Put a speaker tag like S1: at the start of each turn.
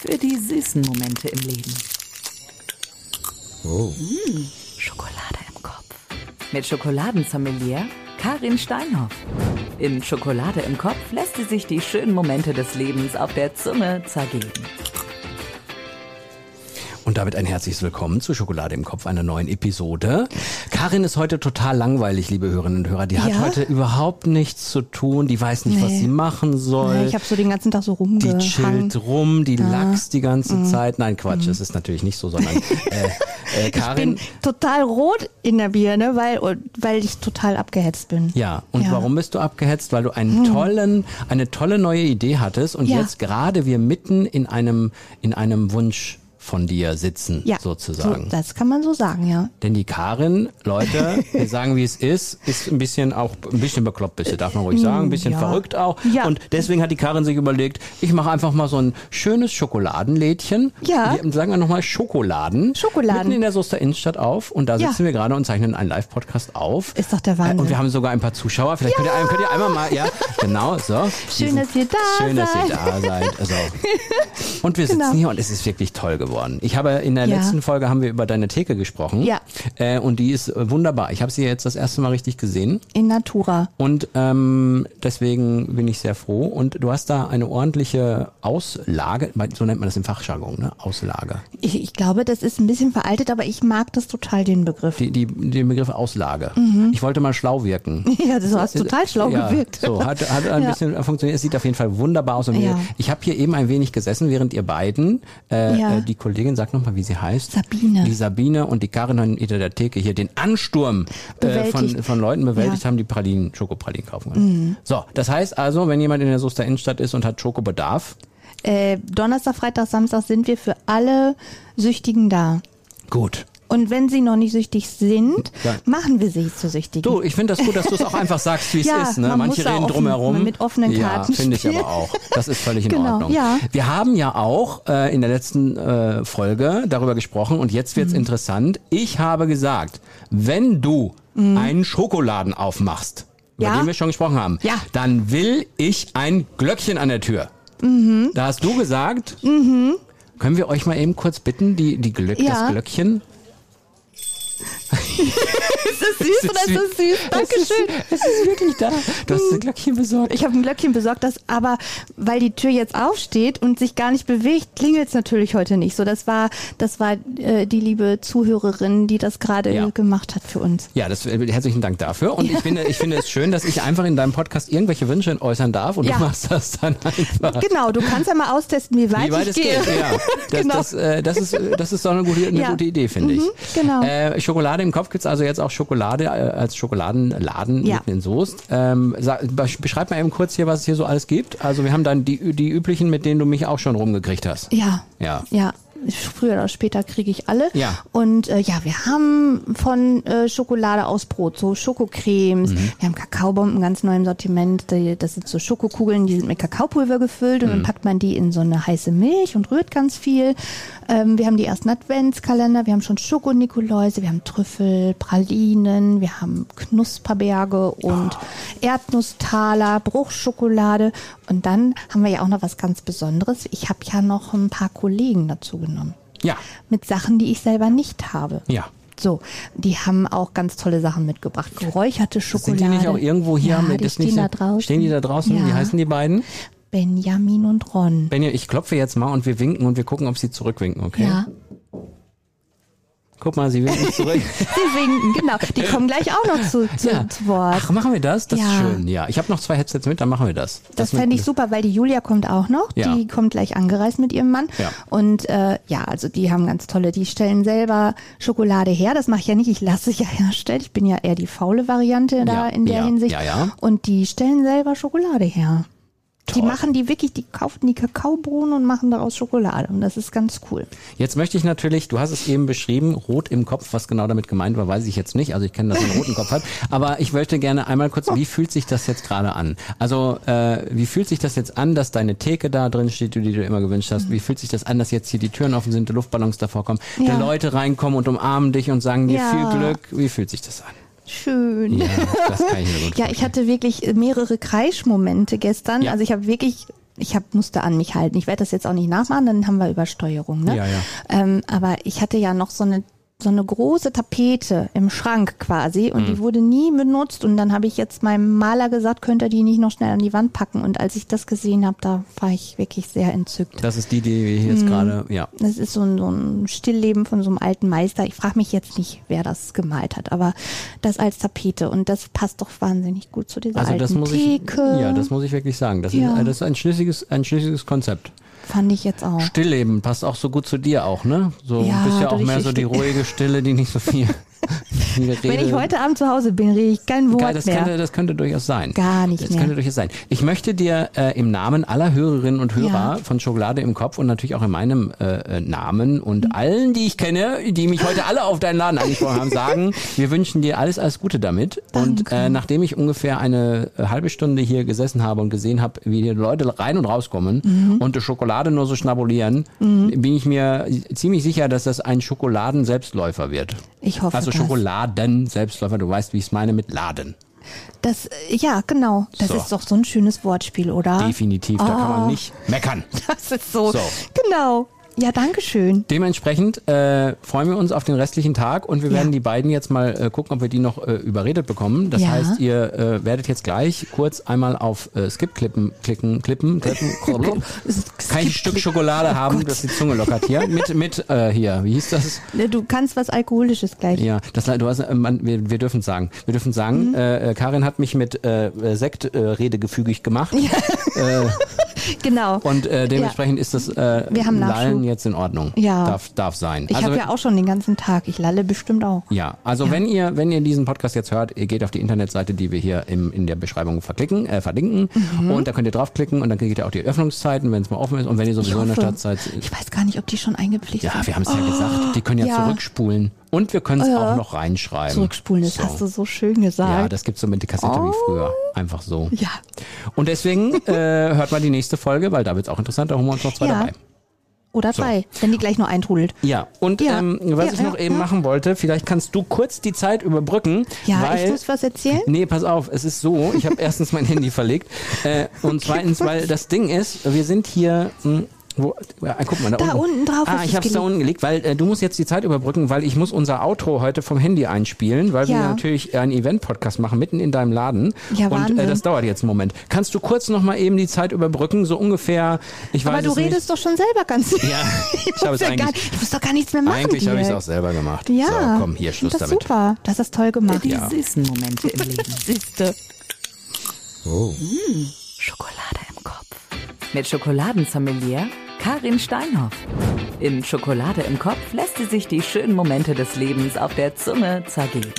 S1: Für die süßen Momente im Leben. Hm,
S2: Oh.
S1: Schokolade im Kopf. Mit Schokoladensommelier Karin Steinhoff. In Schokolade im Kopf lässt sie sich die schönen Momente des Lebens auf der Zunge zergeben.
S2: Und damit ein herzliches Willkommen zu Schokolade im Kopf, einer neuen Episode. Karin ist heute total langweilig, liebe Hörerinnen und Hörer. Die hat
S3: Ja?
S2: heute überhaupt nichts zu tun. Die weiß nicht, was
S3: Nee.
S2: sie machen soll.
S3: Ja, ich habe so den ganzen Tag so Mhm.
S2: die
S3: rumgehangen.
S2: chillt rum, die lachst die ganze Zeit. Nein, Quatsch, es ist natürlich nicht so, sondern äh, äh,
S3: Ich
S2: Karin.
S3: bin total rot in der Birne, weil, weil ich total abgehetzt bin.
S2: Ja, und
S3: Ja. Hm.
S2: warum bist du abgehetzt? Weil du einen tollen, eine tolle neue Idee hattest und
S3: Ja.
S2: jetzt gerade wir mitten in einem, in einem Wunsch von dir sitzen,
S3: Ja,
S2: sozusagen.
S3: So, das kann man so sagen, ja.
S2: Denn die Karin, Leute, wir sagen, wie es ist, ist ein bisschen auch ein bisschen bekloppt, bisschen, darf man ruhig sagen, ein bisschen
S3: Ja.
S2: verrückt auch.
S3: Ja.
S2: Und deswegen hat die Karin sich überlegt, ich mache einfach mal so ein schönes Schokoladenlädchen.
S3: Ja.
S2: Wir sagen wir nochmal Schokoladen.
S3: Schokoladen.
S2: Mitten in der Soester Innenstadt auf und da
S3: Ja.
S2: sitzen wir gerade und zeichnen einen Live-Podcast auf.
S3: Ist doch der Wahnsinn.
S2: Äh, Und wir haben sogar ein paar Zuschauer. Vielleicht könnt, ihr, könnt ihr einmal mal, ja, genau, so.
S3: Schön, dass ihr da
S2: Schön, dass ihr
S3: seid.
S2: da seid. Also. Und wir sitzen
S3: Genau.
S2: hier und es ist wirklich toll geworden. Ich habe in der
S3: Ja.
S2: letzten Folge haben wir über deine Theke gesprochen.
S3: Ja.
S2: Äh, und die ist äh, wunderbar. Ich habe sie jetzt das erste Mal richtig gesehen.
S3: In Natura.
S2: Und ähm, deswegen bin ich sehr froh. Und du hast da eine ordentliche Auslage, so nennt man das im Fachjargon, ne? Auslage.
S3: Ich, ich glaube, das ist ein bisschen veraltet, aber ich mag das total, den Begriff.
S2: Die, die, den Begriff Auslage. Ich wollte mal schlau wirken.
S3: Ja, du hast total schlau
S2: Äh, ja,
S3: gewirkt.
S2: So, hat, hat ein
S3: Ja.
S2: bisschen funktioniert. Es sieht auf jeden Fall wunderbar aus. Und wir-
S3: Ja.
S2: Ich habe hier eben ein wenig gesessen, während ihr beiden, äh,
S3: Ja.
S2: äh, die Kollegin, sagt nochmal, wie sie heißt.
S3: Sabine.
S2: Die Sabine und die Karin haben hinter der Theke hier den Ansturm äh, von,
S3: Bewältigt.
S2: von Leuten bewältigt
S3: Ja. Mhm.
S2: haben, die Pralinen, Schokopralinen kaufen können. So, das heißt also, wenn jemand in der Soester Innenstadt ist und hat Schokobedarf,
S3: Äh, Donnerstag, Freitag, Samstag sind wir für alle Süchtigen da.
S2: gut.
S3: Und wenn sie noch nicht süchtig sind,
S2: Ja.
S3: machen wir sie zu Süchtigen.
S2: Du, ich finde das gut, dass du es auch einfach sagst, wie es
S3: Ja,
S2: ist. Ne?
S3: man
S2: Manche
S3: muss da
S2: reden
S3: offen-
S2: drumherum.
S3: mit offenen Karten
S2: Ja, finde ich
S3: spielen.
S2: aber auch. Das ist völlig in
S3: Genau,
S2: Ordnung.
S3: ja.
S2: Wir haben ja auch äh, in der letzten äh, Folge darüber gesprochen und jetzt
S3: Mhm.
S2: wird's interessant. Ich habe gesagt, wenn du einen Schokoladen aufmachst, über
S3: Mhm. Ja.
S2: den wir schon gesprochen haben,
S3: Ja.
S2: dann will ich ein Glöckchen an der Tür.
S3: Mhm.
S2: Da hast du gesagt, können wir euch mal eben kurz bitten, die, die Glöck,
S3: Ja.
S2: das Glöckchen
S3: ist das süß oder ist das süß? Dankeschön. Mhm.
S2: Es ist wirklich da. Du hast ein Glöckchen besorgt.
S3: Ich habe ein Glöckchen besorgt, das aber, weil die Tür jetzt aufsteht und sich gar nicht bewegt, klingelt es natürlich heute nicht. So, das war, das war äh, die liebe Zuhörerin, die das gerade
S2: Ja.
S3: gemacht hat für uns.
S2: Ja, das, äh, herzlichen Dank dafür. Und ich finde, ich finde es schön, dass ich einfach in deinem Podcast irgendwelche Wünsche äußern darf und
S3: Ja.
S2: du machst das dann einfach.
S3: Genau, du kannst ja mal austesten, wie weit,
S2: Wie weit
S3: ich
S2: es
S3: gehe.
S2: geht, ja. Das,
S3: Genau.
S2: das, äh, das, ist, äh, das ist doch eine gute, eine
S3: Ja.
S2: gute Idee, finde ich.
S3: genau.
S2: Äh, Schokolade im Kopf gibt's also jetzt auch Schokolade äh, als Schokoladenladen
S3: Ja.
S2: mitten in Soest. Ähm, sag, besch- beschreib mal eben kurz hier, was es hier so alles gibt. Also wir haben dann die, die üblichen, mit denen du mich auch schon rumgekriegt hast.
S3: Ja.
S2: Ja.
S3: Ja. Früher oder später kriege ich alle.
S2: Ja.
S3: Und äh, ja, wir haben von äh, Schokolade aus Brot, so Schokocremes. Wir haben Kakaobomben, ganz neu im Sortiment. Die- Das sind so Schokokugeln, die sind mit Kakaopulver gefüllt und dann packt man die in so eine heiße Milch und rührt ganz viel. Ähm, wir haben die ersten Adventskalender, wir haben schon Schokonikoläuse, wir haben Trüffel, Pralinen, wir haben Knusperberge und Erdnusstaler, Bruchschokolade. Und dann haben wir ja auch noch was ganz Besonderes. Ich habe ja noch ein paar Kollegen dazu genommen.
S2: Ja.
S3: Mit Sachen, die ich selber nicht habe.
S2: Ja.
S3: So, die haben auch ganz tolle Sachen mitgebracht. Geräucherte Schokolade.
S2: Sind die nicht auch irgendwo hier?
S3: Ja,
S2: Haben wir
S3: die
S2: das
S3: stehen
S2: nicht
S3: da
S2: so-
S3: draußen.
S2: Stehen die da draußen?
S3: Ja.
S2: Wie heißen die beiden?
S3: Benjamin und Ron.
S2: Benjamin, ich klopfe jetzt mal und wir winken und wir gucken, ob sie zurückwinken, okay?
S3: Ja.
S2: Guck mal, sie winken zurück.
S3: Die winken, genau. Die kommen gleich auch noch zu, zu,
S2: Ja.
S3: zu Wort.
S2: Ach, machen wir das? Das ist
S3: Ja.
S2: schön. Ja, ich habe noch zwei Headsets mit, dann machen wir das.
S3: Das fände ich super, weil die Julia kommt auch noch.
S2: Ja.
S3: Die kommt gleich angereist mit ihrem Mann.
S2: Ja.
S3: Und äh, ja, also die haben ganz tolle, die stellen selber Schokolade her. Das mache ich ja nicht, ich lasse es ja herstellen. Ich bin ja eher die faule Variante
S2: Ja,
S3: da in der
S2: ja,
S3: Hinsicht.
S2: ja, ja.
S3: Und die stellen selber Schokolade her. Die
S2: Toll.
S3: machen die wirklich, die kaufen die Kakaobohnen und machen daraus Schokolade. Und das ist ganz cool.
S2: Jetzt möchte ich natürlich, du hast es eben beschrieben, rot im Kopf, was genau damit gemeint war, weiß ich jetzt nicht. Also ich kenne, dass man einen roten Kopf hat. Aber ich möchte gerne einmal kurz, wie fühlt sich das jetzt gerade an? Also äh, wie fühlt sich das jetzt an, dass deine Theke da drin steht, die du immer gewünscht hast? Wie fühlt sich das an, dass jetzt hier die Türen offen sind, die Luftballons davor kommen,
S3: Ja.
S2: da Leute reinkommen und umarmen dich und sagen dir
S3: Ja.
S2: viel Glück? Wie fühlt sich das an?
S3: Schön.
S2: Ja, das kann ich mir gut
S3: Ja, ich hatte wirklich mehrere Kreischmomente gestern.
S2: Ja.
S3: Also ich habe wirklich ich hab, musste an mich halten. Ich werde das jetzt auch nicht nachmachen, dann haben wir Übersteuerung. Ne?
S2: Ja, ja.
S3: Ähm, aber ich hatte ja noch so eine so eine große Tapete im Schrank quasi und
S2: Mhm.
S3: die wurde nie benutzt und dann habe ich jetzt meinem Maler gesagt, könnte er die nicht noch schnell an die Wand packen und als ich das gesehen habe, da war ich Hm. wirklich sehr entzückt.
S2: Das ist die, die wir hier jetzt gerade, ja.
S3: Das ist so ein, so ein Stillleben von so einem alten Meister. Ich frage mich jetzt nicht, wer das gemalt hat, aber das als Tapete und das passt doch wahnsinnig gut zu dieser
S2: Also
S3: alten
S2: das muss ich,
S3: Theke.
S2: ja, das muss ich wirklich sagen. Das,
S3: Ja.
S2: ist, das ist ein schlüssiges, ein schlüssiges Konzept.
S3: fand ich jetzt auch.
S2: Stillleben passt auch so gut zu dir auch, ne? So,
S3: Ja,
S2: bist ja auch
S3: durch
S2: mehr
S3: die
S2: so die
S3: Still-
S2: ruhige Stille, die nicht so viel, viel Rede.
S3: Wenn ich heute Abend zu Hause bin, rede ich kein Wort
S2: Geil, das,
S3: mehr.
S2: könnte, das könnte durchaus sein.
S3: Gar nicht
S2: das
S3: mehr.
S2: könnte durchaus sein. Ich möchte dir äh, im Namen aller Hörerinnen und Hörer
S3: Ja.
S2: von Schokolade im Kopf und natürlich auch in meinem äh, äh, Namen und allen, die ich kenne, die mich heute alle auf deinen Laden angesprochen haben, sagen, wir wünschen dir alles, alles Gute damit. Und äh, nachdem ich ungefähr eine äh, halbe Stunde hier gesessen habe und gesehen habe, wie die Leute rein und rauskommen
S3: Mhm.
S2: und die Schokolade nur so schnabulieren, bin ich mir ziemlich sicher, dass das ein Schokoladen-Selbstläufer wird.
S3: Ich hoffe
S2: Also
S3: das.
S2: Schokoladen-Selbstläufer, du weißt, wie ich es meine mit Laden.
S3: Das, äh, ja, genau. Das
S2: So.
S3: ist doch so ein schönes Wortspiel, oder?
S2: Definitiv, da kann man
S3: Oh.
S2: nicht meckern.
S3: Das ist so.
S2: So.
S3: Genau. Ja, danke schön.
S2: Dementsprechend äh, freuen wir uns auf den restlichen Tag und wir
S3: Ja.
S2: werden die beiden jetzt mal äh, gucken, ob wir die noch äh, überredet bekommen. Das
S3: Ja.
S2: heißt, ihr äh, werdet jetzt gleich kurz einmal auf äh, Skip klippen, klicken, klippen, klippen, klippen. Kein Stück
S3: Oh
S2: Schokolade haben, dass die Zunge lockert hier. Mit, mit äh, hier, wie hieß das?
S3: Ne, Du kannst was Alkoholisches gleich.
S2: Ja, das, du hast, äh, man, wir, wir dürfen sagen. Wir dürfen
S3: Mhm.
S2: sagen, äh, äh, Karin hat mich mit äh, Sekt-Rede äh, Rede gefügig gemacht. Äh,
S3: Genau.
S2: Und äh, dementsprechend ist das äh,
S3: Wir
S2: Lallen
S3: haben Nachschub.
S2: jetzt in Ordnung.
S3: Ja.
S2: Darf, darf sein.
S3: ich
S2: also,
S3: habe ja auch schon den ganzen Tag. Ich lalle bestimmt auch.
S2: ja, also wenn ihr wenn ihr diesen Podcast jetzt hört, ihr geht auf die Internetseite, die wir hier im, in der Beschreibung verklicken, äh, verlinken
S3: Mhm.
S2: und da könnt ihr draufklicken und dann kriegt ihr auch die Öffnungszeiten, wenn es mal offen ist und wenn ihr
S3: Ich
S2: sowieso in der
S3: hoffe.
S2: Stadtzeit
S3: Ich weiß gar nicht, ob die schon eingepflegt
S2: äh, Ja,
S3: sind.
S2: wir haben es ja gesagt, die können ja,
S3: ja.
S2: zurückspulen und wir können es auch noch reinschreiben.
S3: Zurückspulen, das hast du so schön gesagt. Oh.
S2: Ja, das gibt's so mit der Kassette wie früher, einfach so.
S3: Ja.
S2: Und deswegen äh, hört mal die nächste Folge, weil da wird's auch interessant, da holen wir uns noch zwei
S3: Ja.
S2: dabei.
S3: Oder drei, wenn die gleich nur eintrudelt.
S2: Ja, und
S3: Ja.
S2: Ähm, was
S3: Ja,
S2: ich
S3: ja,
S2: noch eben
S3: ja.
S2: machen wollte, vielleicht kannst du kurz die Zeit überbrücken.
S3: Ja,
S2: weil,
S3: ich muss was erzählen.
S2: Nee, pass auf, es ist so, ich habe erstens mein Handy verlegt äh, und zweitens, weil das Ding ist, wir sind hier... Mh, wo, ah, guck mal, da,
S3: Da unten drauf
S2: Ah, ich
S3: hast du's
S2: habe es da
S3: gelegt.
S2: unten gelegt, weil äh, du musst jetzt die Zeit überbrücken, weil ich muss unser Outro heute vom Handy einspielen, weil wir
S3: Ja.
S2: natürlich einen Event-Podcast machen, mitten in deinem Laden.
S3: Ja,
S2: und äh,
S3: Wahnsinn.
S2: das dauert jetzt einen Moment. Kannst du kurz noch mal eben die Zeit überbrücken, so ungefähr, ich
S3: Aber
S2: weiß
S3: du
S2: es nicht.
S3: redest doch schon selber ganz viel.
S2: Ja, ich
S3: ich,
S2: hab
S3: muss
S2: es
S3: ja gar,
S2: eigentlich-
S3: ich muss doch gar nichts mehr machen.
S2: Eigentlich habe ich es auch
S3: Dirk.
S2: selber gemacht.
S3: Ja.
S2: So, komm, hier, Schluss
S3: das
S2: damit.
S3: ist super. Das ist toll gemacht.
S1: Die süßen Momente im Leben. Hm,
S3: Siehste.
S1: Schokolade im Kopf. Mit Schokoladensommelier Karin Steinhoff. Im Schokolade im Kopf lässt sie sich die schönen Momente des Lebens auf der Zunge zergeben.